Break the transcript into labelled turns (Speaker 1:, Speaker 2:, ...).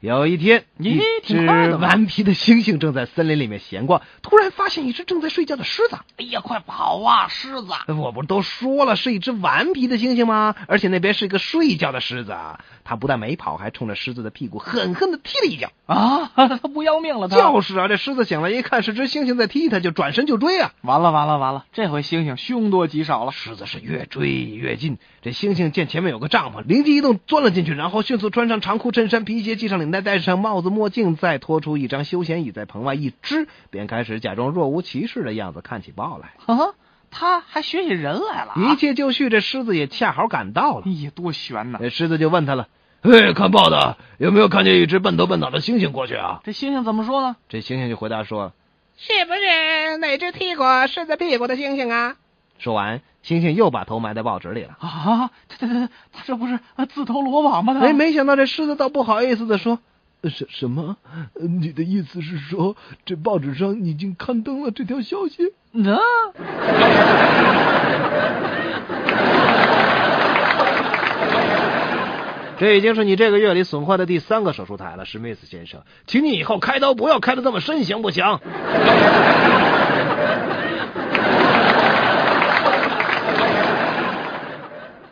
Speaker 1: 有一天，
Speaker 2: 咦
Speaker 1: 一
Speaker 2: 挺
Speaker 1: 只
Speaker 2: 快的嘛
Speaker 1: 顽皮的猩猩正在森林里面闲逛，突然发现一只正在睡觉的狮子。
Speaker 2: 哎呀，快跑啊，狮子！
Speaker 1: 我不是都说了是一只顽皮的猩猩吗？而且那边是一个睡觉的狮子，啊！它不但没跑，还冲着狮子的屁股狠狠的踢了一脚。
Speaker 2: 啊， 他不要命了，他
Speaker 1: 就是啊，这狮子醒来一看是只猩猩在踢它，就转身就追啊。
Speaker 2: 完了完了完了！这回猩猩凶多吉少了。
Speaker 1: 狮子是越追越近，这猩猩见前面有个帐篷，灵机一动钻了进去，然后迅速穿上长裤、衬衫、皮鞋，系上领带，戴上帽子、墨镜，再拖出一张休闲椅在棚外一支，便开始假装若无其事的样子看起报来。
Speaker 2: 呵呵， 他还学起人来了、
Speaker 1: 一
Speaker 2: 啊！
Speaker 1: 切就绪，这狮子也恰好赶到了
Speaker 3: 嗯
Speaker 2: 哎。呀，多悬呐！
Speaker 1: 那狮子就问他了：“嘿，看报的，有没有看见一只笨头笨脑的猩猩过去啊
Speaker 2: 这猩猩怎么说呢？？”
Speaker 1: 这猩猩就回答说
Speaker 3: 是不是哪只踢过狮子屁股的猩猩啊？：“
Speaker 1: 说完，猩猩又把头埋在报纸里了。
Speaker 2: 啊， 他他他他这不是呃自投罗网吗？他
Speaker 1: 哎，没想到这狮子倒不好意思的说：“什什么？你的意思是说，这报纸上已经刊登了这条消息
Speaker 2: 嗯，
Speaker 1: 这已经是你这个月里损坏的第三个手术台了，史密斯先生，请你以后开刀不要开的这么深，行不行？”